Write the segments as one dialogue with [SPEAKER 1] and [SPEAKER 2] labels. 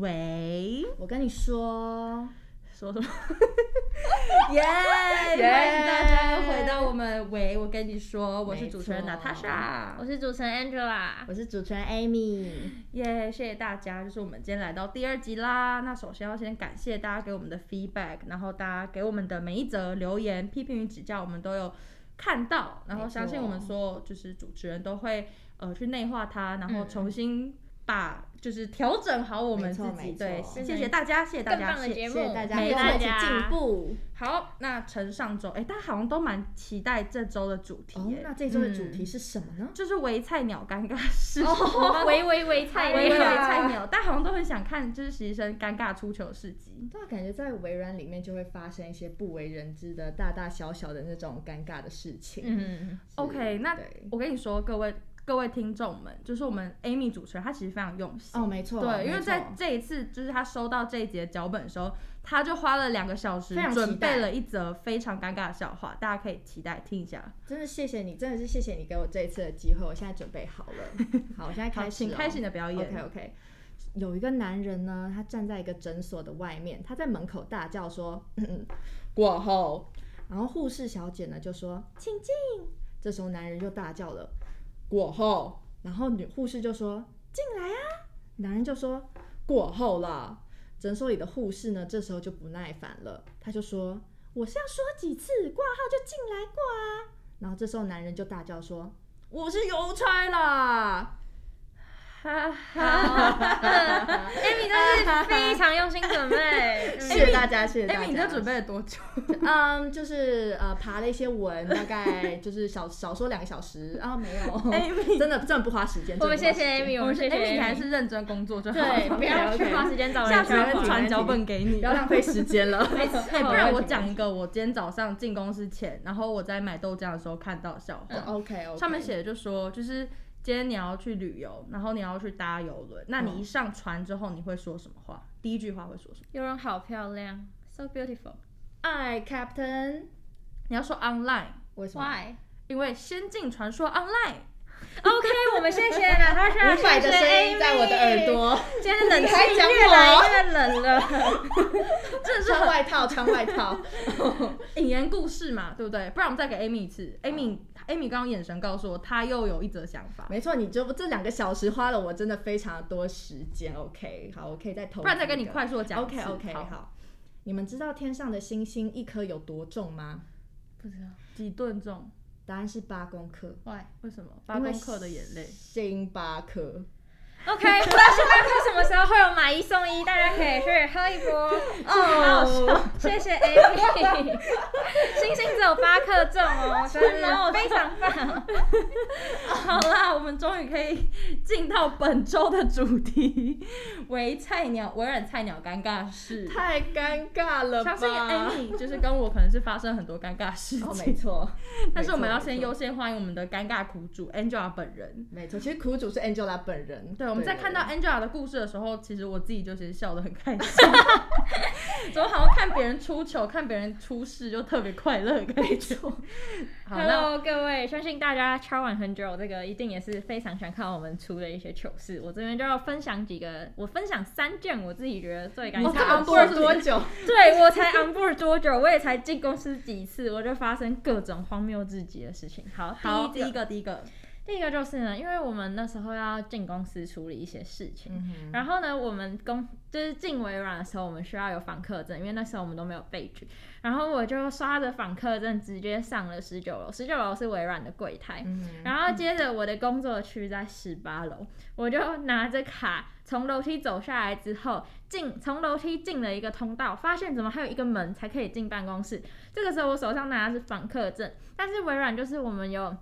[SPEAKER 1] 喂，
[SPEAKER 2] 我跟你说，
[SPEAKER 1] 说 什么？
[SPEAKER 2] 耶、欢迎大家回到我们。喂，我跟你说，我是主持人
[SPEAKER 1] 没
[SPEAKER 2] 娜
[SPEAKER 1] 错
[SPEAKER 2] 塔莎
[SPEAKER 1] 我，是主持人 Angela。
[SPEAKER 2] 我是主持人 Amy。耶、谢谢大家，就是我们今天来到第二集啦。那首先要先感谢大家给我们的 feedback，然后大家给我们的每一则留言、批评与指教，我们都有看到。然后
[SPEAKER 1] 没错
[SPEAKER 2] 相信我们所有就是主持人都会呃去内化它，然后重新把、就是调整好我们
[SPEAKER 3] 没
[SPEAKER 2] 自
[SPEAKER 3] 错
[SPEAKER 2] 己。
[SPEAKER 3] 没错
[SPEAKER 2] 对，谢谢大家，谢谢大
[SPEAKER 1] 更
[SPEAKER 2] 家，
[SPEAKER 1] 棒的
[SPEAKER 2] 谢
[SPEAKER 1] 节目，
[SPEAKER 3] 谢谢大家
[SPEAKER 2] 没
[SPEAKER 3] 跟
[SPEAKER 2] 有
[SPEAKER 3] 我们一起进步。
[SPEAKER 2] 好，那承上周，哎、大家好像都蛮期待这周的主题、
[SPEAKER 3] 哦
[SPEAKER 2] 耶，
[SPEAKER 3] 那这周的主题是什么呢？
[SPEAKER 2] 就是围菜鸟尴尬事，
[SPEAKER 1] 哦，喂喂喂，
[SPEAKER 3] 哎
[SPEAKER 1] 菜
[SPEAKER 2] 围围
[SPEAKER 1] 鸟
[SPEAKER 2] 菜，鸟，大家好像都很想看，就是实习生尴尬出糗事迹。
[SPEAKER 3] 大家感觉在微软里面就会发生一些不为人知的大大小小的那种尴尬的事情。
[SPEAKER 1] 嗯，
[SPEAKER 3] 是
[SPEAKER 2] OK，那
[SPEAKER 3] 对
[SPEAKER 2] 我跟你说，各位各位听众们，就是我们 Amy 主持人，她其实非常用心。
[SPEAKER 3] 哦，没错，
[SPEAKER 2] 对，因为
[SPEAKER 3] 没错
[SPEAKER 2] 在这一次，就是她收到这一节脚本的时候，她就花了两个小时
[SPEAKER 3] 非常期待
[SPEAKER 2] 准备了一则非常尴尬的笑话，大家可以期待听一下。
[SPEAKER 3] 真的谢谢你，真的是谢谢你给我这一次的机会，我现在准备好 了。好，我现在
[SPEAKER 2] 好，
[SPEAKER 3] 开始、哦
[SPEAKER 2] 请开始你的表演。
[SPEAKER 3] OK OK，有一个男人呢，他站在一个诊所的外面，他在门口大叫说：“挂号。”然后护士小姐呢就说：“请进。”这时候男人就大叫了：“挂号。”然后女护士就说：“进来啊。”男人就说：“挂号啦。”诊所里的护士呢，这时候就不耐烦了，他就说：“我是要说几次挂号就进来挂啊！”然后这时候男人就大叫说：“我是邮差啦！”
[SPEAKER 2] 哈哈。
[SPEAKER 1] Amy 真的是非常用心准备，嗯
[SPEAKER 3] 谢谢大家，谢谢大家。
[SPEAKER 2] Amy，你这准备了多久？
[SPEAKER 3] 嗯，就是呃爬了一些文，大概就是少少说两个小 时啊，没有
[SPEAKER 2] Amy
[SPEAKER 3] 真的真的不花时间。
[SPEAKER 1] 我们
[SPEAKER 3] 真的不花时
[SPEAKER 1] 谢谢
[SPEAKER 3] 间
[SPEAKER 1] Amy，我们嗯谢谢
[SPEAKER 2] Amy，你还
[SPEAKER 1] Amy，
[SPEAKER 2] 是认真工作就好。
[SPEAKER 1] 对，不要
[SPEAKER 3] OK，OK
[SPEAKER 1] 去花时间找
[SPEAKER 2] 下
[SPEAKER 1] 人
[SPEAKER 2] 次我
[SPEAKER 1] 笑
[SPEAKER 2] 会
[SPEAKER 1] 话。
[SPEAKER 2] 传脚本给你
[SPEAKER 3] 不。要浪费时间了。
[SPEAKER 1] 没错，
[SPEAKER 2] 哎，不然我讲
[SPEAKER 1] 没
[SPEAKER 2] 一个，我今天早上进公司前，然后我在买豆浆的时候看到的笑话，
[SPEAKER 3] OK OK，
[SPEAKER 2] 上面写的就说，就是今天你要去旅游，然后你要去搭游轮，那你一上船之后你会说什么话？第一句话会说什么？
[SPEAKER 1] 错，有人好漂亮，so beautiful。
[SPEAKER 3] I Captain，
[SPEAKER 2] 你要说 online，
[SPEAKER 3] 为什么？
[SPEAKER 1] Why？
[SPEAKER 2] 因为《仙境传说 online》。
[SPEAKER 1] OK，我们谢谢娜塔莎，
[SPEAKER 3] 五百的声音在我的耳。朵，
[SPEAKER 2] 今天冷气
[SPEAKER 3] 还讲我
[SPEAKER 2] 越来越冷了，
[SPEAKER 3] 穿外套，穿外套。
[SPEAKER 2] 引言故事嘛，对不对？不然我们再给 Amy 一次。Amy，Amy 刚刚眼神告诉我，她又有一则想法，
[SPEAKER 3] 没错，你就这两个小时花了我真的非常多时间。OK，好，我可以再投。
[SPEAKER 2] 不然再跟你快速地讲一次。
[SPEAKER 3] OK OK，好。你们知道天上的星星一颗有多重吗？
[SPEAKER 1] 不知道
[SPEAKER 2] 几吨重？
[SPEAKER 3] 答案是八公克。
[SPEAKER 1] Why？
[SPEAKER 2] 为什么？八公克的眼泪。
[SPEAKER 3] 星巴克。
[SPEAKER 1] OK，不知道星巴克什么时候会有买一送一，大家可以去喝一波。
[SPEAKER 3] 哦，
[SPEAKER 1] 谢谢 Amy，星星只有八克重哦，真的非常棒。
[SPEAKER 2] 好啦，我们终于可以进到本周的主题—— 为菜鸟微软菜鸟尴尬事。
[SPEAKER 3] 太尴尬了吧？
[SPEAKER 2] 相信 Amy 就是跟我可能是发生很多尴尬事
[SPEAKER 3] 哦，没
[SPEAKER 2] 情，
[SPEAKER 3] 错。
[SPEAKER 2] 但是我们要先
[SPEAKER 3] 没错
[SPEAKER 2] 优，先欢迎我们的尴尬苦主 Angela 本人。
[SPEAKER 3] 没错。其实苦主是 Angela 本人。
[SPEAKER 2] 对，我们在看到
[SPEAKER 3] 对
[SPEAKER 2] Angela 的故事的时候，其实我自己就其实笑得很开心， 怎么好像看别人出糗、看别人出事就特别快乐的感觉。好，那
[SPEAKER 1] Hello，各位，相信大家敲完很久，这个一定也是非常想看我们出的一些糗事。我这边就要分享几个，我分享三件我自己觉得最尴
[SPEAKER 3] 你
[SPEAKER 2] 哦这
[SPEAKER 3] 才
[SPEAKER 1] 尬
[SPEAKER 2] 么
[SPEAKER 1] 的
[SPEAKER 3] on
[SPEAKER 1] 事。
[SPEAKER 2] 多
[SPEAKER 3] board 多久？
[SPEAKER 1] 对我才 on board 多久，我也才进公司几次，我就发生各种荒谬至极的事情。好，
[SPEAKER 2] 好，
[SPEAKER 1] 第
[SPEAKER 2] 第一
[SPEAKER 1] 一个
[SPEAKER 2] 个，第一个，
[SPEAKER 1] 第一个就是呢，因为我们那时候要进公司处理一些事情，
[SPEAKER 3] 嗯
[SPEAKER 1] 然后呢，我们公就是进微软的时候，我们需要有访客证，因为那时候我们都没有备具。然后我就刷着访客证直接上了十九楼，十九楼是微软的柜台。
[SPEAKER 3] 哼
[SPEAKER 1] 然后接着我的工作区在十八楼，我就拿着卡从楼梯走下来之后，进从楼梯进了一个通道，发现怎么还有一个门才可以进办公室。这个时候我手上拿的是访客证，但是微软就是我们有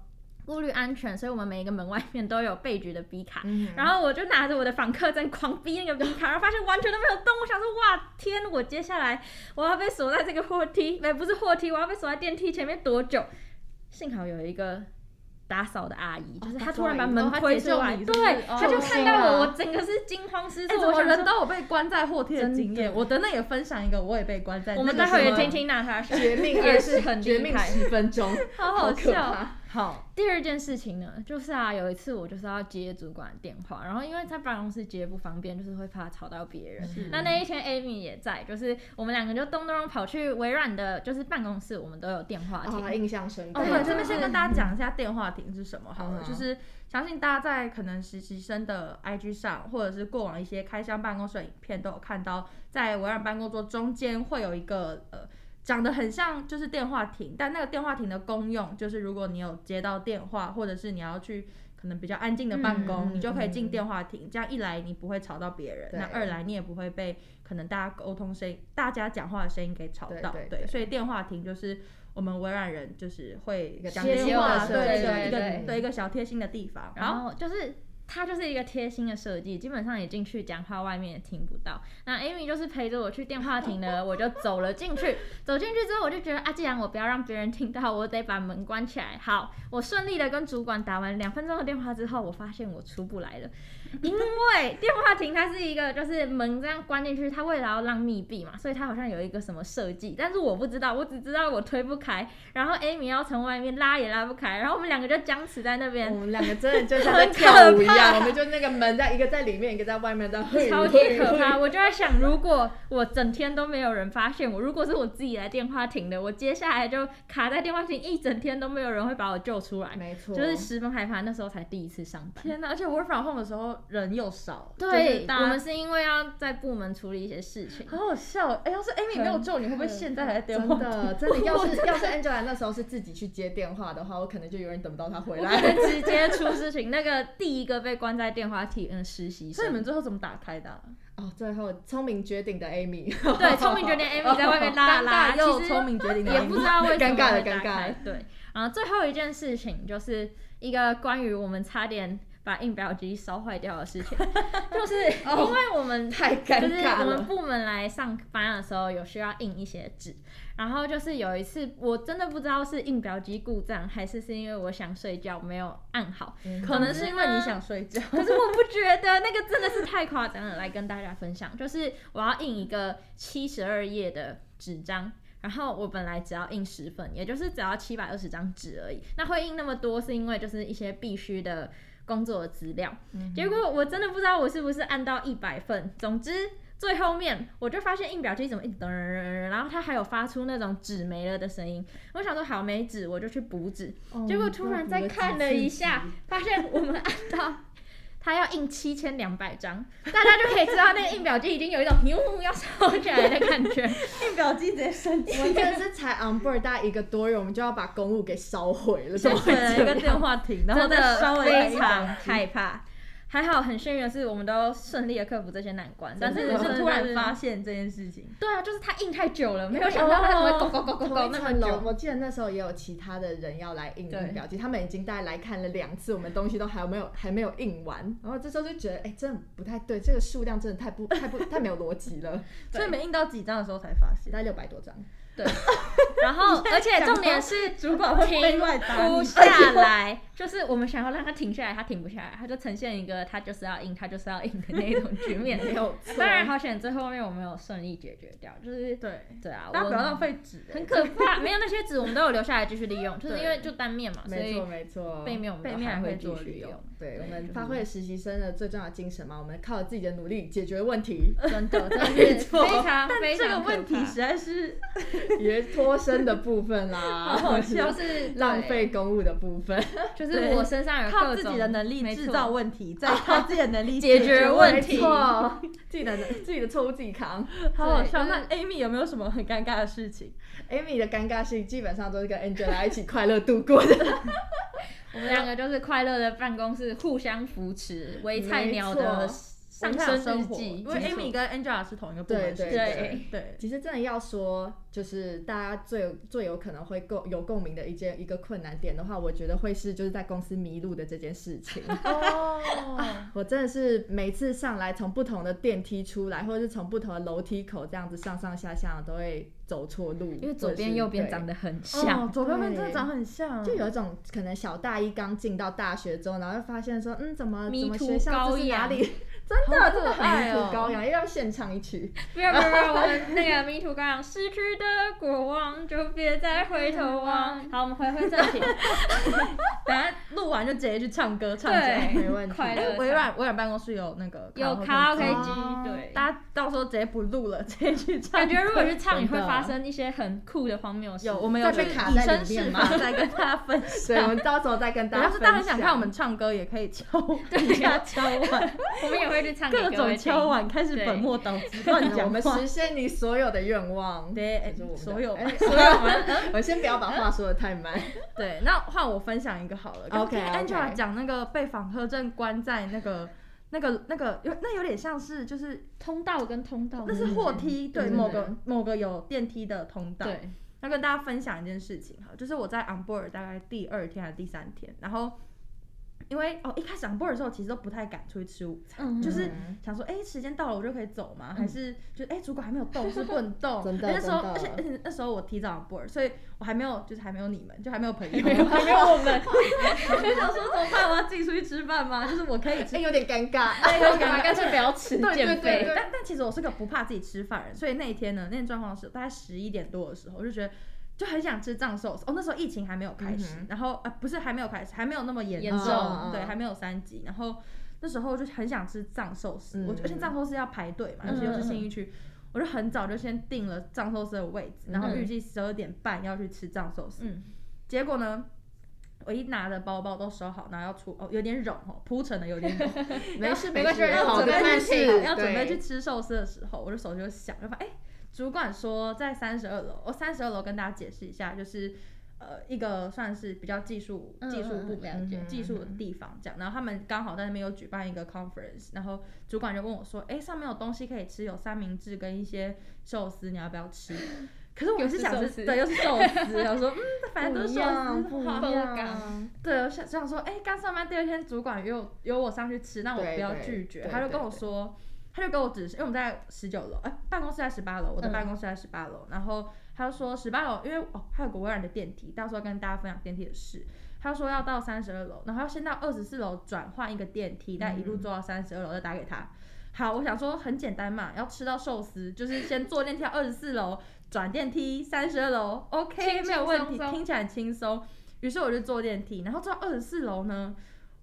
[SPEAKER 1] 顾虑安全，所以我们每一个门外面都有备局的 B 卡。
[SPEAKER 3] 嗯
[SPEAKER 1] 然后我就拿着我的访客证狂逼那个 B 卡，然后发现完全都没有动。我想说，哇天，我接下来我要被锁在这个货梯，哎，不是货梯，我要被锁在电梯前面多久？幸好有一个打扫的阿姨，就是她
[SPEAKER 3] 打扫
[SPEAKER 1] 突然把
[SPEAKER 3] 阿姨
[SPEAKER 1] 门
[SPEAKER 2] 哦她
[SPEAKER 1] 推
[SPEAKER 2] 解
[SPEAKER 1] 出
[SPEAKER 2] 救
[SPEAKER 1] 来，
[SPEAKER 2] 你是不是
[SPEAKER 1] 对，
[SPEAKER 2] 哦
[SPEAKER 1] 她就
[SPEAKER 3] 救
[SPEAKER 1] 看
[SPEAKER 3] 星
[SPEAKER 1] 到我，
[SPEAKER 3] 啊
[SPEAKER 1] 我整个是惊慌失
[SPEAKER 2] 哎，
[SPEAKER 1] 措。
[SPEAKER 2] 怎么
[SPEAKER 1] 想
[SPEAKER 2] 人
[SPEAKER 1] 说
[SPEAKER 2] 都有被关在货梯的经验？我等等也分享一个，我也被关在。
[SPEAKER 1] 我们
[SPEAKER 2] 那
[SPEAKER 1] 待
[SPEAKER 2] 个
[SPEAKER 1] 会儿
[SPEAKER 2] 时
[SPEAKER 1] 也
[SPEAKER 2] 候
[SPEAKER 1] 听听娜塔莎，
[SPEAKER 3] 绝命
[SPEAKER 1] 也
[SPEAKER 3] 二
[SPEAKER 1] 是
[SPEAKER 3] 十，
[SPEAKER 1] 很
[SPEAKER 3] 绝
[SPEAKER 1] 厉
[SPEAKER 3] 命
[SPEAKER 1] 害，
[SPEAKER 3] 十分钟，
[SPEAKER 1] 好
[SPEAKER 3] 好
[SPEAKER 1] 好
[SPEAKER 3] 可
[SPEAKER 1] 笑。
[SPEAKER 3] 怕。
[SPEAKER 2] 好，
[SPEAKER 1] 第二件事情呢，就是啊，有一次我就是要接主管的电话，然后因为在办公室接不方便，就是会怕吵到别人。那那一天 Amy 也在，就是我们两个就咚咚咚跑去微软的，就是办公室，我们都有电话亭。
[SPEAKER 3] 啊，印象深刻。
[SPEAKER 2] 哦，
[SPEAKER 1] 对
[SPEAKER 2] 对，这
[SPEAKER 1] 真
[SPEAKER 2] 边
[SPEAKER 1] 的
[SPEAKER 2] 先跟大家讲一下电话亭是什么好了，
[SPEAKER 3] 嗯
[SPEAKER 2] 就是相信大家在可能实习生的 IG 上，或者是过往一些开箱办公室的影片都有看到，在微软办公桌中间会有一个呃。长得很像就是电话亭，但那个电话亭的功用就是，如果你有接到电话，或者是你要去可能比较安静的办公，
[SPEAKER 3] 嗯
[SPEAKER 2] 你就可以
[SPEAKER 3] 嗯
[SPEAKER 2] 进电话亭。这样一来你不会吵到别人，
[SPEAKER 3] 对
[SPEAKER 2] 那二来你也不会被可能大家沟通声、音、大家讲话的声音给吵
[SPEAKER 3] 对
[SPEAKER 2] 到。
[SPEAKER 3] 对
[SPEAKER 2] 对，
[SPEAKER 3] 对
[SPEAKER 2] 所以电话亭就是我们微软人就是会
[SPEAKER 3] 个
[SPEAKER 2] 讲
[SPEAKER 3] 贴
[SPEAKER 2] 电
[SPEAKER 3] 心
[SPEAKER 2] 话，
[SPEAKER 3] 的设
[SPEAKER 2] 对一
[SPEAKER 3] 计
[SPEAKER 2] 个一
[SPEAKER 1] 对
[SPEAKER 2] 个对一个小贴心的地方。
[SPEAKER 1] 然
[SPEAKER 2] 好，
[SPEAKER 1] 后就是它就是一个贴心的设计，基本上也进去讲话，外面也听不到。那 Amy 就是陪着我去电话亭 呢，我就走了进去。走进去之后，我就觉得啊，既然我不要让别人听到，我得把门关起来。好，我顺利的跟主管打完两分钟的电话之后，我发现我出不 来了，因为电话亭它是一个就是门这样关进去，它为了要让密闭嘛，所以它好像有一个什么设计，但是我不知道，我只知道我推不开，然后 Amy 要从外面拉也拉不开，然后我们两个就僵持在那边。
[SPEAKER 3] 我们两个真的就像在跳舞一
[SPEAKER 1] 很可怕
[SPEAKER 3] 样，我们就那个门在一个在里面，一个在外面，在会
[SPEAKER 1] 超级可怕！我就在想，如果我整天都没有人发现我，如果是我自己来电话亭的，我接下来就卡在电话亭一整天都没有人会把我救出来，
[SPEAKER 3] 没错，
[SPEAKER 1] 就是十分害怕。那时候才第一次上班，
[SPEAKER 2] 天哪！而且 work from home 的时候人又少，就
[SPEAKER 1] 对
[SPEAKER 2] 是，
[SPEAKER 1] 我
[SPEAKER 2] 大
[SPEAKER 1] 们
[SPEAKER 2] 家
[SPEAKER 1] 是因为要在部门处理一些事情，
[SPEAKER 2] 好好笑哦。哎，要是 Amy 没有救，你会不会现在还在电
[SPEAKER 3] 真
[SPEAKER 2] 话？
[SPEAKER 3] 的真的，要是要是 Angela 那时候是自己去接电话的话，我可能就永远等不到她回
[SPEAKER 1] 我
[SPEAKER 3] 来。
[SPEAKER 1] 们直接出事 情。那个第一个被关在电话亭的实习
[SPEAKER 2] 所以你
[SPEAKER 1] 生，
[SPEAKER 2] 们最后怎么打开的啊？
[SPEAKER 3] 哦，最后聪明绝顶的 Amy，
[SPEAKER 1] 对，聪明绝顶 Amy 在外面拉
[SPEAKER 2] 尴
[SPEAKER 1] 拉，
[SPEAKER 2] 尬
[SPEAKER 1] 其
[SPEAKER 2] 又
[SPEAKER 1] 实
[SPEAKER 2] 聪明绝顶的
[SPEAKER 1] 也不
[SPEAKER 2] Amy
[SPEAKER 1] 知道为什
[SPEAKER 3] 尴
[SPEAKER 1] 么
[SPEAKER 3] 尬了
[SPEAKER 1] 会打
[SPEAKER 3] 尴尬
[SPEAKER 1] 开
[SPEAKER 3] 了
[SPEAKER 1] 对，然后最后一件事情就是一个关于我们差点把印表机烧坏掉的事 情，就是
[SPEAKER 2] 哦
[SPEAKER 1] 因为我们
[SPEAKER 3] 太尴
[SPEAKER 1] 就是
[SPEAKER 3] 尬
[SPEAKER 1] 我们
[SPEAKER 3] 了。
[SPEAKER 1] 部门来上班的时候有需要印一些纸，然后就是有一次我真的不知道是印表机故障还是是因为我想睡觉没有按好，
[SPEAKER 3] 嗯
[SPEAKER 2] 可能是因为你想睡觉。
[SPEAKER 1] 可是我不觉得那个真的是太夸张了，来跟大家分享，就是我要印一个七十二页的纸张。然后我本来只要印十份，也就是只要七百二十张纸而已。那会印那么多，是因为就是一些必须的工作的资料。结果我真的不知道我是不是按到一百份。总之最后面我就发现印表机怎么一直噔噔噔噔，然后它还有发出那种纸没了的声音。我想说好没纸，我就去补纸。
[SPEAKER 3] 哦
[SPEAKER 1] 结
[SPEAKER 3] 嗯
[SPEAKER 1] 果突然再看了一下，发现我们按到他要印七千两百张，大家就可以知道那个印表机已经有一种牛要烧起来的感觉。
[SPEAKER 2] 印表机直接升级
[SPEAKER 3] 我们真的是才 on board 大概一个多月，我们就要把公务给烧毁 了，
[SPEAKER 2] 先
[SPEAKER 3] 怎么
[SPEAKER 2] 回
[SPEAKER 3] 会
[SPEAKER 2] 了
[SPEAKER 3] 这
[SPEAKER 2] 一个
[SPEAKER 3] 样？
[SPEAKER 2] 电话亭，然后
[SPEAKER 1] 真
[SPEAKER 2] 再稍
[SPEAKER 1] 的
[SPEAKER 2] 微
[SPEAKER 1] 非常害怕。还好很幸运的是，我们都顺利的克服这些难关，但
[SPEAKER 2] 但
[SPEAKER 1] 是
[SPEAKER 2] 是
[SPEAKER 1] 真的
[SPEAKER 2] 是突然发
[SPEAKER 1] 是，
[SPEAKER 2] 现这件事情。
[SPEAKER 1] 对啊，就是他印太久了，没有想到他会狗狗狗狗狗
[SPEAKER 3] 同一
[SPEAKER 1] 那
[SPEAKER 3] 层
[SPEAKER 1] 么
[SPEAKER 3] 楼，
[SPEAKER 1] 久。
[SPEAKER 3] 我记得那时候也有其他的人要来印
[SPEAKER 2] 对
[SPEAKER 3] 印表机，他们已经大概来看了两次，我们东西都还没有还没有印完，然后这时候就觉得，哎、真的不太对，这个数量真的太 不太不太没有逻辑了，
[SPEAKER 2] 所以没印到几张的时候才发现
[SPEAKER 3] 大。概六百多张，
[SPEAKER 1] 然 后，而且重点是
[SPEAKER 2] 主管会
[SPEAKER 1] 停
[SPEAKER 2] 飞外打
[SPEAKER 1] 不
[SPEAKER 2] 你，
[SPEAKER 1] 下来，就是我们想要让他停下来，他停不下来，他就呈现一个他就是要硬，他就是要硬的那一种局面。
[SPEAKER 3] 没有
[SPEAKER 2] 啊
[SPEAKER 3] 错。
[SPEAKER 1] 当然好险，最后面我们有顺利解决掉，就是
[SPEAKER 2] 对，
[SPEAKER 1] 对啊，
[SPEAKER 2] 大家
[SPEAKER 1] 我
[SPEAKER 2] 不要浪费纸，欸
[SPEAKER 1] 很可 怕。没有那些纸，我们都有留下来继续利用，就是因为就单面嘛，所
[SPEAKER 3] 没
[SPEAKER 1] 以
[SPEAKER 3] 错没错，
[SPEAKER 1] 背面我们
[SPEAKER 2] 背
[SPEAKER 1] 都
[SPEAKER 2] 面
[SPEAKER 1] 还
[SPEAKER 2] 还
[SPEAKER 1] 会
[SPEAKER 2] 会
[SPEAKER 1] 继
[SPEAKER 2] 做
[SPEAKER 1] 续
[SPEAKER 2] 利
[SPEAKER 1] 用
[SPEAKER 2] 用。
[SPEAKER 3] 对，我们
[SPEAKER 1] 对
[SPEAKER 3] 发挥了实习生的最重要的精神嘛，我们靠自己的努力解决问题，
[SPEAKER 1] 真的，真
[SPEAKER 3] 没
[SPEAKER 1] 的是
[SPEAKER 3] 错
[SPEAKER 1] 非常
[SPEAKER 2] 但
[SPEAKER 1] 非
[SPEAKER 2] 这个
[SPEAKER 1] 常
[SPEAKER 2] 问题
[SPEAKER 1] 可怕
[SPEAKER 2] 实在是
[SPEAKER 3] 也是脱身的部分啦，
[SPEAKER 2] 好
[SPEAKER 1] 就
[SPEAKER 2] 笑，
[SPEAKER 1] 是
[SPEAKER 3] 浪费，公务的部 分，
[SPEAKER 1] 对就是我身上有
[SPEAKER 2] 靠
[SPEAKER 1] 各
[SPEAKER 2] 自
[SPEAKER 1] 种
[SPEAKER 2] 己的能力
[SPEAKER 1] 没
[SPEAKER 2] 制
[SPEAKER 1] 错
[SPEAKER 2] 造问题，再靠自己的能力
[SPEAKER 1] 解决问
[SPEAKER 3] 没
[SPEAKER 1] 题。
[SPEAKER 3] 错，自己的自己的错误自己扛。
[SPEAKER 2] 好好笑。
[SPEAKER 1] 对就是
[SPEAKER 2] 那 Amy 有没有什么很尴尬的事情？
[SPEAKER 3] Amy 的尴尬是基本上都是跟 Angela 一起快乐度过的，
[SPEAKER 1] 我们两个就是快乐的办公室，互相扶持，微菜鸟的
[SPEAKER 3] 没错
[SPEAKER 1] 上
[SPEAKER 2] 文化
[SPEAKER 1] 升日
[SPEAKER 2] 生活
[SPEAKER 1] 记，
[SPEAKER 2] 因为
[SPEAKER 1] 没错
[SPEAKER 2] Amy 跟 Angela 是同一个部门，
[SPEAKER 3] 对
[SPEAKER 2] 是不是
[SPEAKER 1] 对
[SPEAKER 2] 对。
[SPEAKER 3] 其实真的要说，就是大家最有最有可能会共有共鸣的一件一个困难点的话，我觉得会是就是在公司迷路的这件事 情。
[SPEAKER 2] 哦，
[SPEAKER 3] 我真的是每次上来，从不同的电梯出来，或者是从不同的楼梯口这样子上上下下，都会走错路，
[SPEAKER 1] 因为左边右边长得很
[SPEAKER 2] 像
[SPEAKER 1] 像，
[SPEAKER 2] 哦左边跟真的长很像，
[SPEAKER 3] 或者是。对就有一种可能小大一刚进到大学之后，然后就发现说，嗯，怎么
[SPEAKER 1] Me
[SPEAKER 3] 怎么
[SPEAKER 1] too，
[SPEAKER 3] 学校这是
[SPEAKER 1] 高
[SPEAKER 3] 哪
[SPEAKER 1] 阳
[SPEAKER 3] 里？
[SPEAKER 1] 真的
[SPEAKER 3] 真的
[SPEAKER 1] 可爱
[SPEAKER 3] 很
[SPEAKER 1] 哦
[SPEAKER 3] 土羔羊，要现唱一曲。
[SPEAKER 1] 不要不要不要，我 们那个迷途羔羊，失去的国王就别再回头望。好，我们回归正 题。
[SPEAKER 2] 等下录完就直接去唱歌，唱起来。
[SPEAKER 1] 对，
[SPEAKER 3] 没问题
[SPEAKER 1] 快
[SPEAKER 2] 哎
[SPEAKER 1] 乐唱。
[SPEAKER 2] 微软微软办公室有那个
[SPEAKER 1] 有
[SPEAKER 2] 拉
[SPEAKER 1] 卡拉 OK
[SPEAKER 2] 机
[SPEAKER 1] 机
[SPEAKER 3] 哦，
[SPEAKER 1] 对。
[SPEAKER 2] 大家到时候直接不录了，直接去唱歌。
[SPEAKER 1] 感觉如果去唱，你会
[SPEAKER 3] 真的
[SPEAKER 1] 发生一些很酷的荒谬事。
[SPEAKER 2] 有我们有
[SPEAKER 3] 再被
[SPEAKER 2] 去
[SPEAKER 3] 卡
[SPEAKER 2] 以
[SPEAKER 3] 在
[SPEAKER 2] 身
[SPEAKER 3] 里面
[SPEAKER 2] 试
[SPEAKER 3] 吗
[SPEAKER 2] 法，再跟大家分
[SPEAKER 3] 对，我
[SPEAKER 2] 享。
[SPEAKER 3] 们到时候再 跟大
[SPEAKER 2] 对
[SPEAKER 3] 家。
[SPEAKER 2] 要是大家想看我们，唱歌，也可以敲一下敲 碗，
[SPEAKER 1] 我们也会去唱给
[SPEAKER 2] 各
[SPEAKER 1] 各位
[SPEAKER 2] 种
[SPEAKER 1] 听
[SPEAKER 2] 敲碗，开始
[SPEAKER 1] 对
[SPEAKER 2] 本末倒置，乱
[SPEAKER 3] 我
[SPEAKER 2] 讲
[SPEAKER 3] 们
[SPEAKER 2] 话
[SPEAKER 3] 实。现你所有的愿望。
[SPEAKER 2] 对，哎
[SPEAKER 3] 这是我们的
[SPEAKER 2] 所有吧
[SPEAKER 3] 哎
[SPEAKER 2] 所有吧。
[SPEAKER 3] 我先不要把话说的太满。
[SPEAKER 2] 对，那换我分享一个好了。刚
[SPEAKER 3] OK，
[SPEAKER 2] 听 Angela
[SPEAKER 3] OK
[SPEAKER 2] 讲那个被访客证关在那个、那个、那个，有那有点像是就是
[SPEAKER 1] 通道跟通道，
[SPEAKER 2] 那是货梯，对，
[SPEAKER 3] 嗯
[SPEAKER 2] 某个某个有电梯的通道。
[SPEAKER 1] 对，
[SPEAKER 2] 要跟大家分享一件事情哈，就是我在 on board 大概第二天还是第三天，然后因为哦一开始 on board 的时候其实都不太敢出去吃午餐，
[SPEAKER 1] 嗯
[SPEAKER 2] 就是
[SPEAKER 3] 嗯
[SPEAKER 2] 想说哎、时间到了我就可以走嘛，还是就哎、主管还没有动是不能动，
[SPEAKER 3] 真的
[SPEAKER 2] 而且那时候
[SPEAKER 3] 真的
[SPEAKER 2] 而且而且那时候我提早 on board，所以我还没有就是还没有你们，就还没有朋友，
[SPEAKER 1] 还没有我 们，
[SPEAKER 2] 我就想说怎么办？我要自己出去吃饭吗？就是我可以吃
[SPEAKER 3] 哎，。有点 尴 尬。
[SPEAKER 1] 哎，我干脆不要吃，
[SPEAKER 3] 对
[SPEAKER 1] 减
[SPEAKER 3] 对
[SPEAKER 1] 肥
[SPEAKER 3] 对。
[SPEAKER 2] 但但其实我是个不怕自己吃饭的人，所以那一天呢，那天状况是大概十一点多的时候，我就觉得就很想吃藏寿司。哦，那时候疫情还没有开始，
[SPEAKER 3] 嗯哼
[SPEAKER 2] 然后呃不是还没有开始，还没有那么严
[SPEAKER 1] 严
[SPEAKER 2] 重，
[SPEAKER 3] 重嗯
[SPEAKER 2] 对，还没有三级。然后那时候就很想吃藏寿司，
[SPEAKER 3] 嗯
[SPEAKER 2] 我就而且藏寿司要排队嘛，
[SPEAKER 3] 嗯
[SPEAKER 2] 尤其又是
[SPEAKER 1] 嗯
[SPEAKER 2] 信义区。我就很早就先定了藏寿司的位置，然后
[SPEAKER 1] 嗯
[SPEAKER 2] 预计十二点半要去吃藏寿司。
[SPEAKER 1] 嗯，
[SPEAKER 2] 结果呢，我一拿着包包都收好，然后要出哦，有点冗哦，铺陈的有点冗，
[SPEAKER 3] 没事没
[SPEAKER 1] 没关系
[SPEAKER 3] 事，
[SPEAKER 1] 要
[SPEAKER 3] 好
[SPEAKER 2] 准
[SPEAKER 3] 的
[SPEAKER 2] 备
[SPEAKER 3] 办
[SPEAKER 2] 去吃
[SPEAKER 3] 事，
[SPEAKER 2] 要准备
[SPEAKER 3] 对
[SPEAKER 2] 去吃寿司的时候，我的手就响，就发哎、主管说在三十二楼，我三十二楼跟大家解释一下，就是呃一个算是比较技术
[SPEAKER 1] 嗯
[SPEAKER 2] 技术部
[SPEAKER 1] 嗯嗯
[SPEAKER 2] 门、
[SPEAKER 1] 了
[SPEAKER 3] 解
[SPEAKER 2] 技术的地方这样，然后他们刚好在那边有举办一个 conference，然后主管就问我说，哎、上面有东西可以吃，有三明治跟一些寿司，你要不要吃？可是我
[SPEAKER 1] 又
[SPEAKER 2] 是
[SPEAKER 1] 是
[SPEAKER 2] 想
[SPEAKER 1] 寿
[SPEAKER 2] 吃，
[SPEAKER 1] 司
[SPEAKER 2] 对，又是寿司，我说嗯，反正都是
[SPEAKER 3] 不一
[SPEAKER 2] 寿
[SPEAKER 3] 样，嗯不
[SPEAKER 2] 司，
[SPEAKER 3] 一
[SPEAKER 2] 好
[SPEAKER 3] 样。
[SPEAKER 2] 对，我想想说，哎、刚上班第二天，主管约我约我上去吃，那我
[SPEAKER 3] 对
[SPEAKER 2] 不要
[SPEAKER 3] 对
[SPEAKER 2] 拒绝。
[SPEAKER 3] 对
[SPEAKER 2] 他就
[SPEAKER 3] 对
[SPEAKER 2] 跟我
[SPEAKER 3] 对
[SPEAKER 2] 说，他就跟我指示，因为我们在十九楼，哎、办公室在十八楼，我的
[SPEAKER 1] 嗯
[SPEAKER 2] 办公室在十八楼。然后他就说十八楼，因为哦，还有个微软的电梯，到时候跟大家分享电梯的事。他说要到三十二楼，然后要先到二十四楼转换一个电梯，再一
[SPEAKER 1] 嗯
[SPEAKER 2] 路坐到三十二楼，再打给他。好，我想说很简单嘛，要吃到寿司就是先坐电梯到二十四楼，转电梯三十二楼，OK，
[SPEAKER 1] 轻轻
[SPEAKER 2] 没有问
[SPEAKER 1] 松
[SPEAKER 2] 题，
[SPEAKER 1] 松
[SPEAKER 2] 听起来很轻松。于是我就坐电梯，然后坐到二十四楼呢，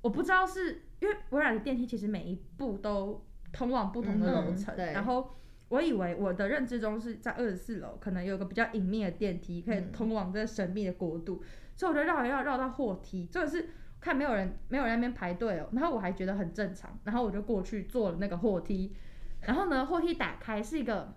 [SPEAKER 2] 我不知道是因为微软的电梯其实每一步都通往不同的楼层，
[SPEAKER 3] 嗯对
[SPEAKER 2] 然后我以为我的认知中是在二十四楼可能有个比较隐秘的电梯可以
[SPEAKER 3] 嗯
[SPEAKER 2] 通往这个神秘的国度，所以我就绕一绕绕到货梯，真的是。看没有人，没有人在那边排队哦，然后我还觉得很正常，然后我就过去坐了那个货梯，然后呢，货梯打开是一个，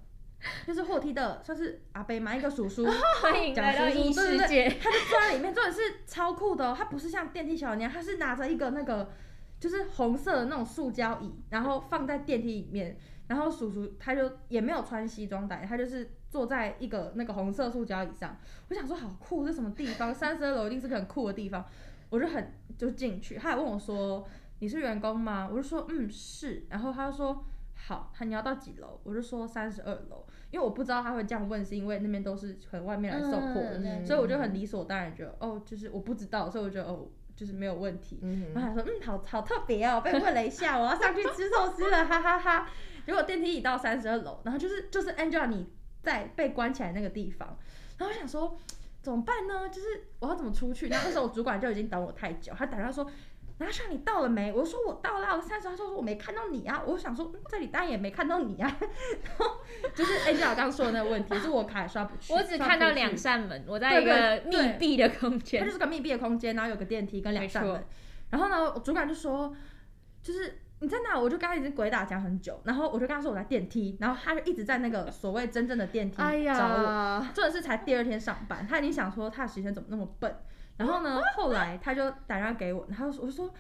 [SPEAKER 2] 就是货梯的算是阿伯嘛，一个叔叔，
[SPEAKER 1] 欢迎来到异世界，
[SPEAKER 2] 他就坐在里面，真的是超酷的、哦。他不是像电梯小娘，他是拿着一个那个就是红色的那种塑胶椅，然后放在电梯里面。然后叔叔他就也没有穿西装打领，他就是坐在一个那个红色塑胶椅上。我想说好酷，这什么地方？三十二楼一定是个很酷的地方。我就很就进去，他还问我说你是员工吗？我就说嗯是，然后他就说好，他你要到几楼？我就说三十二楼，因为我不知道他会这样问，是因为那边都是很外面来送货的，
[SPEAKER 1] 嗯
[SPEAKER 2] 所以我就很理所当然觉得，哦，就是我不知道，所以我觉得哦，就是没有问题。
[SPEAKER 3] 嗯
[SPEAKER 2] 然后他说，嗯，好好特别哦，被问了一下，我要上去吃寿司了，哈哈哈结果电梯椅到三十二楼，然后就是就是 Angela 你在被关起来那个地方，然后我想说怎么办呢？就是我要怎么出去？然后那时候我主管就已经等我太久，他打电话说。拿下你到了没？我说我到了，我三十，他说我没看到你啊。我想说、嗯这里当然也没看到你啊。 然后就是 Angela 刚说的那个问题，是我卡也刷不去，
[SPEAKER 1] 我只
[SPEAKER 2] 刷
[SPEAKER 1] 看
[SPEAKER 2] 不
[SPEAKER 1] 到
[SPEAKER 2] 去
[SPEAKER 1] 两扇门，我在一个密闭的空
[SPEAKER 2] 它
[SPEAKER 1] 间
[SPEAKER 2] 就。是个密闭的空间，然后有个电梯跟两扇
[SPEAKER 1] 没
[SPEAKER 2] 门
[SPEAKER 1] 错。
[SPEAKER 2] 然后呢，我主管就说，就是你在哪？我就跟他已经鬼打墙很久，然后我就跟他说我在电梯，然后他就一直在那个所谓真正的电梯
[SPEAKER 3] 哎
[SPEAKER 2] 找我。
[SPEAKER 3] 呀，
[SPEAKER 2] 真的是才第二天上班，他已经想说他的时间怎么那么笨。然后
[SPEAKER 1] 啊
[SPEAKER 2] 呢，后来他就打电话给我，然后我说。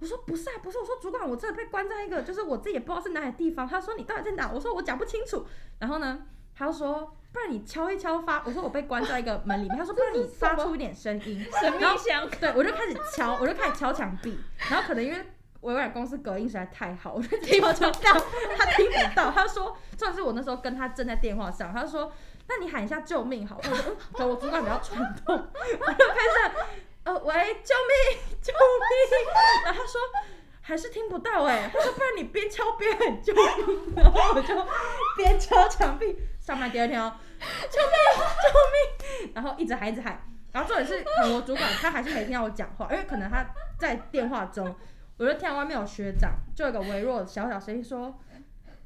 [SPEAKER 2] 我说不是啊，不是，我说主管，我真的被关在一个，就是我自己也不知道是哪里地方。他说你到底在哪？我说我讲不清楚。然后呢，他就说不然你敲一敲发，我说我被关在一个门里面。他说不然你发出一点声音。
[SPEAKER 1] 神秘箱，
[SPEAKER 2] 对，我就开始敲，我就开始敲墙壁，然后可能因为微软公司隔音实在太好，我就听不到，他听不到。他说，算是我那时候跟他正在电话上，他说，那你喊一下救命好了，我说，嗯可我主管比较传统，我就开始，呃，喂，救命，救命，然后他说。还是听不到哎、他说不然你边敲边很就，然后我就边敲墙壁。上班第二天哦，救命救命！然后一直喊一直喊，然后重点是哎可能我主管他还是没听到我讲话，因为可能他在电话中，我就听到外面有学长就有一个微弱的小小声音说。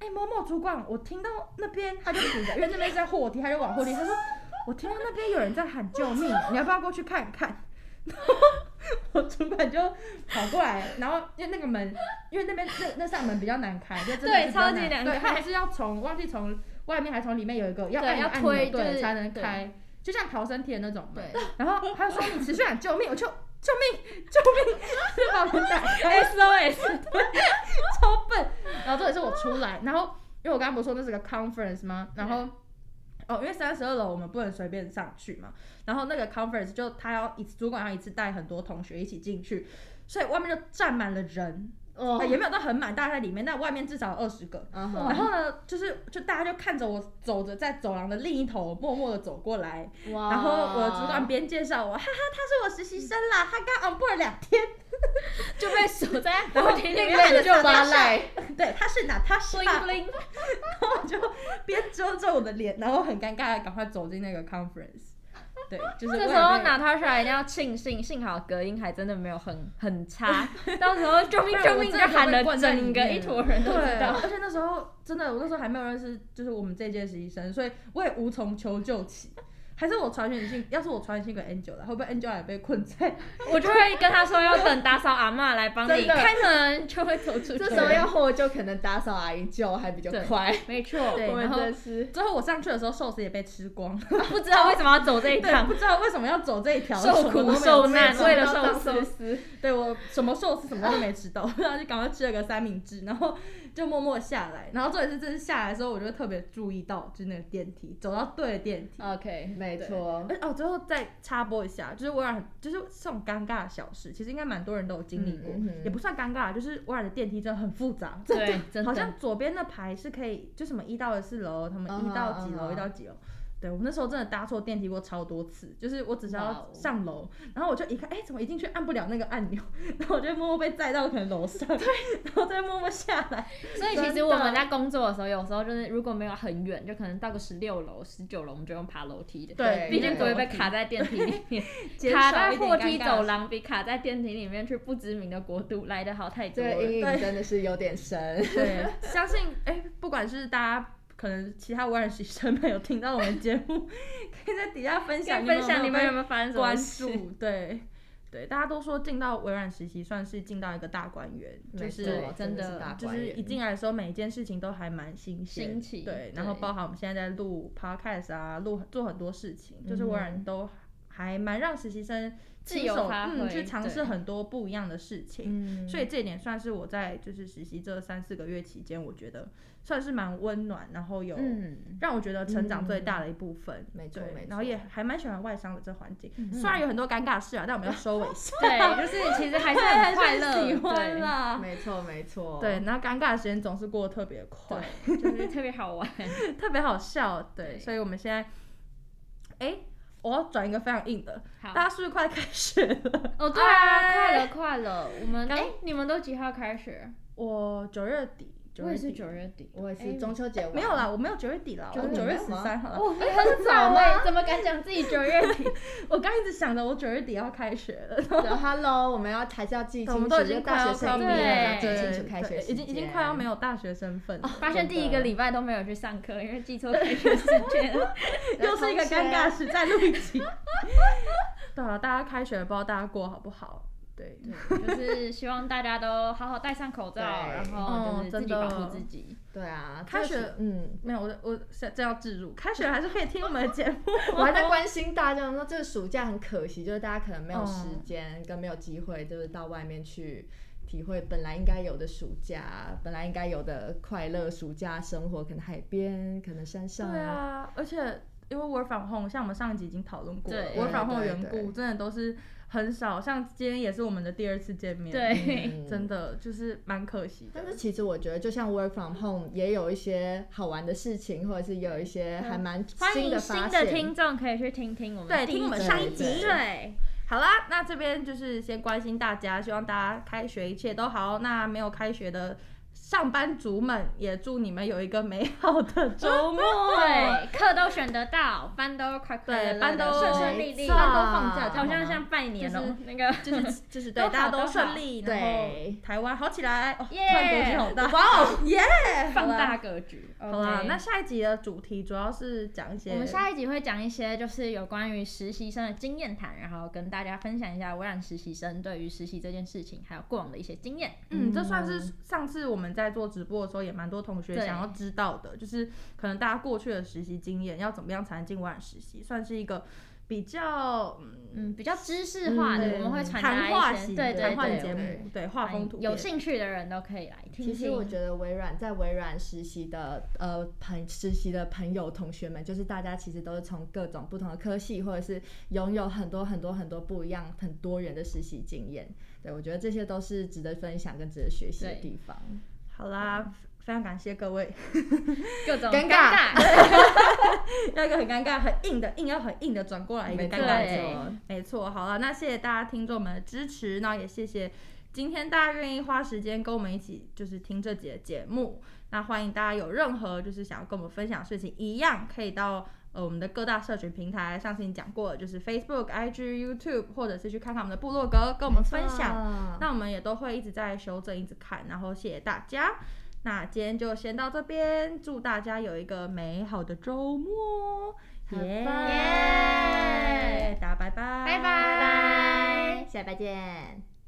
[SPEAKER 2] 哎、某某主管，我听到那边他就指着，因为那边是在货梯，他就往货梯，他说我听到那边有人在喊救命，你要不要过去看看？ 我主管就跑过来，然后因为那个门，因为那边那那扇门比较难开，就真的
[SPEAKER 1] 对
[SPEAKER 2] 是比较
[SPEAKER 1] 超级难
[SPEAKER 2] 对，
[SPEAKER 1] 开
[SPEAKER 2] 他还是要从忘记从外面还是从里面有一个要
[SPEAKER 1] 对
[SPEAKER 2] 按
[SPEAKER 1] 要
[SPEAKER 2] 按
[SPEAKER 1] 推
[SPEAKER 2] 钮
[SPEAKER 1] 就
[SPEAKER 2] 对
[SPEAKER 1] 是
[SPEAKER 2] 才能
[SPEAKER 1] 对
[SPEAKER 2] 开，就像逃生梯的那种门。
[SPEAKER 1] 对，
[SPEAKER 2] 然后他就说你持续喊救命，我就救命救命， 就把门 打开，
[SPEAKER 1] SOS，
[SPEAKER 2] 超笨。然后重点是我出来，然后因为我刚刚不是说那是个 conference 吗？然后哦，因为三十二楼我们不能随便上去嘛，然后那个 conference 就他要一次主管要一次带很多同学一起进去，所以外面就站满了人，
[SPEAKER 3] 哦
[SPEAKER 2] 呃也没有到很满，大家在里面，但外面至少二十个。
[SPEAKER 3] 嗯
[SPEAKER 2] 然
[SPEAKER 3] 哼，
[SPEAKER 2] 后呢，就是就大家就看着我走着，在走廊的另一头默默的走过来，
[SPEAKER 1] 哦
[SPEAKER 3] 哇
[SPEAKER 2] 然后我的主管边介绍我，哈哈，他是我实习生啦，他刚 on board 两天，
[SPEAKER 1] 就被锁在
[SPEAKER 2] 然后
[SPEAKER 1] 我听
[SPEAKER 2] 那
[SPEAKER 1] 里
[SPEAKER 2] 个
[SPEAKER 1] 面
[SPEAKER 2] 人就
[SPEAKER 1] 拉
[SPEAKER 2] 拉赖，对，他是哪他是
[SPEAKER 1] bling
[SPEAKER 2] 吧
[SPEAKER 1] bling，
[SPEAKER 2] 然后我就边遮着我的脸，然后很尴尬的赶快走进那个 conference，对，就是
[SPEAKER 1] 这
[SPEAKER 2] 为
[SPEAKER 1] 时
[SPEAKER 2] 了
[SPEAKER 1] 候
[SPEAKER 2] 那个
[SPEAKER 1] Natasha 一定要庆幸，幸好隔音还真的没有很很差，到时候救命救命就喊了整个一坨人都知
[SPEAKER 2] 对，
[SPEAKER 1] 道。
[SPEAKER 2] 而且那时候真的，我那时候还没有认识，就是我们这一届实习生，所以我也无从求救起。还是我传讯息，要是我传讯息给 Angela，会不会 Angela 也被困在
[SPEAKER 1] 我就会跟他说要等打扫阿嬷来帮你
[SPEAKER 3] 真的
[SPEAKER 1] 开门，就会走出去。
[SPEAKER 3] 这时候要获救，可能打扫阿姨救还比较
[SPEAKER 1] 对
[SPEAKER 3] 快。
[SPEAKER 1] 没错，
[SPEAKER 2] 对
[SPEAKER 3] 我们
[SPEAKER 1] 然后
[SPEAKER 3] 真是
[SPEAKER 2] 最后我上去的时候，寿司也被吃光，
[SPEAKER 1] 啊不知道为什么要走这一
[SPEAKER 2] 对，
[SPEAKER 1] 趟
[SPEAKER 2] 不，知道为什么要走这一条，
[SPEAKER 1] 受
[SPEAKER 2] 什么
[SPEAKER 1] 苦
[SPEAKER 2] 都没有
[SPEAKER 1] 受
[SPEAKER 2] 吃
[SPEAKER 1] 难
[SPEAKER 2] 到
[SPEAKER 1] 为了
[SPEAKER 2] 到
[SPEAKER 1] 寿司
[SPEAKER 2] 寿司，
[SPEAKER 3] 司，
[SPEAKER 2] 对我什么寿司什么都没吃到， 然后就赶快吃了个三明治，然后就默默下来，然后重点是这次下来的时候，我就特别注意到，就是那个电梯，走到对的电梯。
[SPEAKER 3] OK，没错
[SPEAKER 2] 而。哦，最后再插播一下，就是微软，就是这种尴尬的小事，其实应该蛮多人都有经历过，
[SPEAKER 3] 嗯嗯嗯
[SPEAKER 2] 也不算尴尬，就是微软的电梯真的很复杂，
[SPEAKER 1] 对，真
[SPEAKER 2] 好
[SPEAKER 1] 的
[SPEAKER 2] 像左边的牌是可以，就什么一到四楼，他们
[SPEAKER 3] 嗯哼
[SPEAKER 2] 一到几
[SPEAKER 3] 嗯
[SPEAKER 2] 楼，
[SPEAKER 3] 哼
[SPEAKER 2] 一到几楼。对我那时候真的搭错电梯过超多次，就是我只是
[SPEAKER 3] 哇哦
[SPEAKER 2] 要上楼，然后我就一看，哎、怎么一进去按不了那个按钮， 然后我就默默被载到可能楼上，对，然后再默默下来。
[SPEAKER 1] 所以其实我们在工作的时候，有时候就是如果没有很远，就可能到个十六楼、十九楼，我们就用爬楼梯的。
[SPEAKER 3] 对
[SPEAKER 1] 毕竟不会被
[SPEAKER 2] 对
[SPEAKER 1] 卡在电梯里面，
[SPEAKER 2] 减
[SPEAKER 1] 卡
[SPEAKER 2] 少
[SPEAKER 1] 在
[SPEAKER 2] 一点
[SPEAKER 1] 货
[SPEAKER 2] 尴
[SPEAKER 1] 梯
[SPEAKER 2] 尬的
[SPEAKER 1] 走廊比卡在电梯里面去不知名的国度来的好太
[SPEAKER 3] 这
[SPEAKER 1] 多
[SPEAKER 3] 个阴
[SPEAKER 1] 了。
[SPEAKER 3] 影
[SPEAKER 2] 对
[SPEAKER 3] 真的是有点深。
[SPEAKER 2] 对，相信哎、不管是大家可能其他微软实习生们有听到我们节目，可以在底下分享
[SPEAKER 1] 先分享你们有
[SPEAKER 2] 有没有被
[SPEAKER 1] 没有发生什么
[SPEAKER 2] 关
[SPEAKER 1] 事
[SPEAKER 2] 注，对对，大家都说进到微软实习算是进到一个大观园， 就
[SPEAKER 3] 没
[SPEAKER 2] 是
[SPEAKER 3] 错
[SPEAKER 1] 对真的
[SPEAKER 3] 是大
[SPEAKER 2] 就
[SPEAKER 3] 观
[SPEAKER 2] 是
[SPEAKER 3] 园
[SPEAKER 2] 一进来的时候，每一件事情都还蛮新鲜，
[SPEAKER 1] 新奇
[SPEAKER 2] 对，然后
[SPEAKER 1] 对
[SPEAKER 2] 包含我们现在在录 podcast 啊，录做很多事情，就是
[SPEAKER 3] 嗯
[SPEAKER 2] 微软都还蛮让实习生
[SPEAKER 1] 自
[SPEAKER 2] 亲
[SPEAKER 1] 由
[SPEAKER 2] 手
[SPEAKER 1] 发
[SPEAKER 2] 嗯
[SPEAKER 1] 挥
[SPEAKER 2] 去尝试
[SPEAKER 1] 对
[SPEAKER 2] 很多不一样的事情。
[SPEAKER 3] 嗯
[SPEAKER 2] 所以这一点算是我在就是实习这三四个月期间，我觉得算是蛮温暖，然后有
[SPEAKER 1] 嗯，，
[SPEAKER 2] 让我觉得成长最大的一部分。
[SPEAKER 3] 嗯没错
[SPEAKER 2] 对
[SPEAKER 3] 没错
[SPEAKER 2] 然后也还蛮喜欢外商的这环境，虽然有很多尴尬事啊，但我们要收尾一下
[SPEAKER 1] 对，就是其实还是
[SPEAKER 2] 还
[SPEAKER 1] 很快
[SPEAKER 2] 是
[SPEAKER 1] 乐，
[SPEAKER 2] 喜欢啦。
[SPEAKER 3] 没错没错，
[SPEAKER 2] 啊对，，然后尴尬的时间总是过得特别快，
[SPEAKER 1] 对，就是特别好玩。
[SPEAKER 2] 特别好笑。对，
[SPEAKER 1] 对
[SPEAKER 2] 所以我们现在，哎、我要转一个非常硬的，
[SPEAKER 1] 好
[SPEAKER 2] 大家是不是快开学了？
[SPEAKER 1] 哦，对啊，
[SPEAKER 2] 哎
[SPEAKER 1] 快了快了，我们哎，你们都几号开学？
[SPEAKER 2] 我九月底，九
[SPEAKER 1] 我
[SPEAKER 2] 月
[SPEAKER 1] 也
[SPEAKER 2] 底
[SPEAKER 1] 是九月底，
[SPEAKER 3] 我也
[SPEAKER 1] 哎
[SPEAKER 3] 是中秋节完
[SPEAKER 2] 没有啦，，我没有九月底啦，
[SPEAKER 3] 九
[SPEAKER 2] 我
[SPEAKER 3] 月底
[SPEAKER 2] 九月
[SPEAKER 3] 没有
[SPEAKER 2] 十
[SPEAKER 3] 吗
[SPEAKER 2] 三号啦。
[SPEAKER 1] 哦，很早哎，怎么敢讲自己九月底？
[SPEAKER 2] 我刚一直想着我九月底要开学了，
[SPEAKER 3] 然后 Hello，我们要还是要记清楚，
[SPEAKER 2] 我们都已经
[SPEAKER 3] 就是大学生
[SPEAKER 1] 快
[SPEAKER 3] 毕
[SPEAKER 1] 要
[SPEAKER 3] 业了，
[SPEAKER 1] 快要
[SPEAKER 3] 要记清楚开学
[SPEAKER 2] 对
[SPEAKER 3] 时
[SPEAKER 2] 已
[SPEAKER 3] 间
[SPEAKER 2] 经已经快要没有大学身份了，
[SPEAKER 1] 发现第一个礼拜都没有去上课，因为记错开学时间。
[SPEAKER 2] 又是一个尴尬
[SPEAKER 3] 同学
[SPEAKER 2] 时再录一集。 对啊，大家开学不知道大家过好不好？对，
[SPEAKER 1] 就是希望大家都好好戴上口罩，
[SPEAKER 3] 对
[SPEAKER 1] 然后
[SPEAKER 2] 哦
[SPEAKER 1] 就是自己
[SPEAKER 2] 真
[SPEAKER 1] 保
[SPEAKER 2] 的
[SPEAKER 1] 护自己。
[SPEAKER 3] 对啊，
[SPEAKER 2] 开
[SPEAKER 3] 这个
[SPEAKER 2] 学
[SPEAKER 3] 是嗯。
[SPEAKER 2] 没有我我这这要置入，开学还是可以听我们的节目。
[SPEAKER 3] 我还在关心大家，说这个暑假很可惜，就是大家可能没有
[SPEAKER 2] 嗯
[SPEAKER 3] 时间跟没有机会，就是到外面去体会本来应该有的暑假，本来应该有的快乐暑假生活，可能海边，可能山上
[SPEAKER 2] 对，啊，而且因为 work from home，像我们上一集已经讨论过了
[SPEAKER 1] 对
[SPEAKER 2] ，work from home 的
[SPEAKER 3] 对
[SPEAKER 2] 缘
[SPEAKER 3] 对
[SPEAKER 2] 故真的都是很少，像今天也是我们的第二次见面，，
[SPEAKER 1] 对，
[SPEAKER 3] 嗯
[SPEAKER 2] 真的就是蛮可惜的
[SPEAKER 3] 但。是其实我觉得，就像 work from home，也有一些好玩的事情，或者是有一些还蛮
[SPEAKER 2] 啊
[SPEAKER 1] 欢
[SPEAKER 3] 新
[SPEAKER 1] 迎
[SPEAKER 3] 的
[SPEAKER 1] 新
[SPEAKER 3] 发
[SPEAKER 1] 的
[SPEAKER 3] 现。
[SPEAKER 1] 听众可以去听听我们
[SPEAKER 2] 对，
[SPEAKER 1] 第一
[SPEAKER 2] 听我们
[SPEAKER 1] 集
[SPEAKER 2] 上一
[SPEAKER 3] 对
[SPEAKER 2] 集，
[SPEAKER 1] 对，
[SPEAKER 2] 好啦，那这边就是先关心大家，希望大家开学一切都好。那没有开学的上班族们，也祝你们有一个美好的周末。
[SPEAKER 1] 对，课都选得到，班都快快乐乐
[SPEAKER 2] 对
[SPEAKER 1] 的，
[SPEAKER 2] 班都
[SPEAKER 1] 顺顺利利，
[SPEAKER 3] 没错
[SPEAKER 2] 班都放假，
[SPEAKER 1] 好像
[SPEAKER 2] 像
[SPEAKER 1] 像拜年
[SPEAKER 2] 就
[SPEAKER 1] 哦
[SPEAKER 2] 是，
[SPEAKER 1] 那个
[SPEAKER 2] 就是就是对
[SPEAKER 1] 都好
[SPEAKER 2] 大家
[SPEAKER 1] 都
[SPEAKER 2] 都
[SPEAKER 1] 好
[SPEAKER 2] 顺利，然后
[SPEAKER 3] 对
[SPEAKER 2] 台湾好起来，哦，突
[SPEAKER 1] 耶
[SPEAKER 2] 然国际好大，哇 哦，耶！
[SPEAKER 1] 放大格局。
[SPEAKER 2] 好啦，
[SPEAKER 1] OK
[SPEAKER 2] 那下一集的主题主要是讲一些
[SPEAKER 1] 我们下一集会讲一些就是有关于实习生的经验谈，然后跟大家分享一下微软实习生对于实习这件事情还有过往的一些经验。
[SPEAKER 2] 嗯，这算是上次我们在做直播的时候，也蛮多同学
[SPEAKER 1] 对
[SPEAKER 2] 想要知道的，就是可能大家过去的实习经验，要怎么样才能进微软实习，算是一个比较嗯
[SPEAKER 1] 嗯，比较知识化的，
[SPEAKER 3] 嗯
[SPEAKER 1] 我们会传
[SPEAKER 2] 谈话
[SPEAKER 1] 达一
[SPEAKER 2] 型
[SPEAKER 1] 些
[SPEAKER 2] 的
[SPEAKER 1] 对
[SPEAKER 2] 谈
[SPEAKER 1] 对
[SPEAKER 2] 话型
[SPEAKER 1] 对
[SPEAKER 2] 节目，对画风图
[SPEAKER 1] 有
[SPEAKER 2] 片
[SPEAKER 1] 兴趣的人都可以来听听。
[SPEAKER 3] 其实我觉得微软在微软实习的呃朋实习的朋友同学们，就是大家其实都是从各种不同的科系，或者是拥有很多很多很多不一样、很多人的实习经验。对我觉得这些都是值得分享跟值得学习的
[SPEAKER 1] 对
[SPEAKER 3] 地方。
[SPEAKER 2] 好啦，非常感谢各位，
[SPEAKER 1] 各种
[SPEAKER 3] 尴
[SPEAKER 1] 尴
[SPEAKER 3] 尬
[SPEAKER 1] 尬
[SPEAKER 2] 要一个很尴尬、很硬的硬要很硬的转过来一个
[SPEAKER 3] 没
[SPEAKER 2] 尴
[SPEAKER 3] 错
[SPEAKER 2] 尬
[SPEAKER 1] 没
[SPEAKER 2] 球
[SPEAKER 1] 错。
[SPEAKER 2] 没错，好了，那谢谢大家听众们的支持，那也谢谢今天大家愿意花时间跟我们一起就是听这集的节目。那欢迎大家有任何就是想要跟我们分享的事情，一样可以到呃我们的各大社群平台，上次你讲过的就是 Facebook、IG、YouTube，或者是去看看我们的部落格，跟我们分享。
[SPEAKER 3] 享
[SPEAKER 2] 那我们也都会一直在修正，一直看，然后谢谢大家。那今天就先到这边，祝大家有一个美好的周末，哦
[SPEAKER 3] 好
[SPEAKER 2] 耶
[SPEAKER 3] 棒
[SPEAKER 2] 大家拜拜，
[SPEAKER 1] 拜拜。
[SPEAKER 3] 下礼拜见。